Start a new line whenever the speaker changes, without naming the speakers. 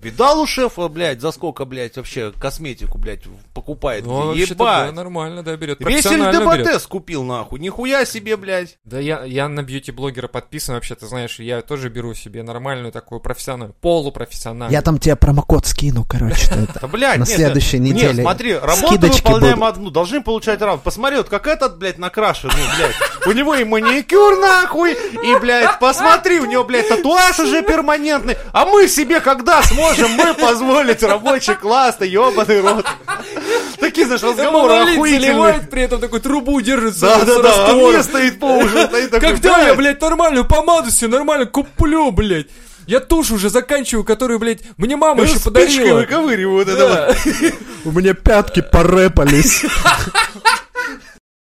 Видал у шефа, э, блядь, за сколько, блядь, вообще косметику, блядь, покупает?
Ну, он вообще да,
Ебать!
нормально, да, берет.
Весь
Профессионально берет.
ЛДБТС купил, нахуй. Нихуя себе, блядь.
Да я, я на бьюти-блогера подписан, вообще, ты знаешь, я тоже беру себе нормальную такую профессиональную, полупрофессиональную.
Я там тебе промокод скину, короче. ты это.
Да, блядь,
На
нет,
следующей
нет,
неделе
Нет, смотри, работу
скидочки
выполняем
будут.
одну, должны получать равно. Посмотри, вот как этот, блядь, накрашенный, блядь. У него и маникюр, нахуй, и, блядь, посмотри, у него, блядь, татуаж уже перманентный. А мы себе когда сможем мы позволить рабочий класс, ты ебаный рот. Такие, знаешь, разговоры
Он, блин,
охуительные.
заливает, при этом такой трубу держит за-
Да,
за
да, да, а
раствором.
мне стоит по уши, стоит такой,
Когда я,
блядь,
блядь, нормальную помаду себе нормально куплю, блядь? Я тушь уже заканчиваю, которую, блядь, мне
Ну,
мама еще
спичкой
подарила.
выковыриваю вот это вот.
Да.
У меня пятки порэпались.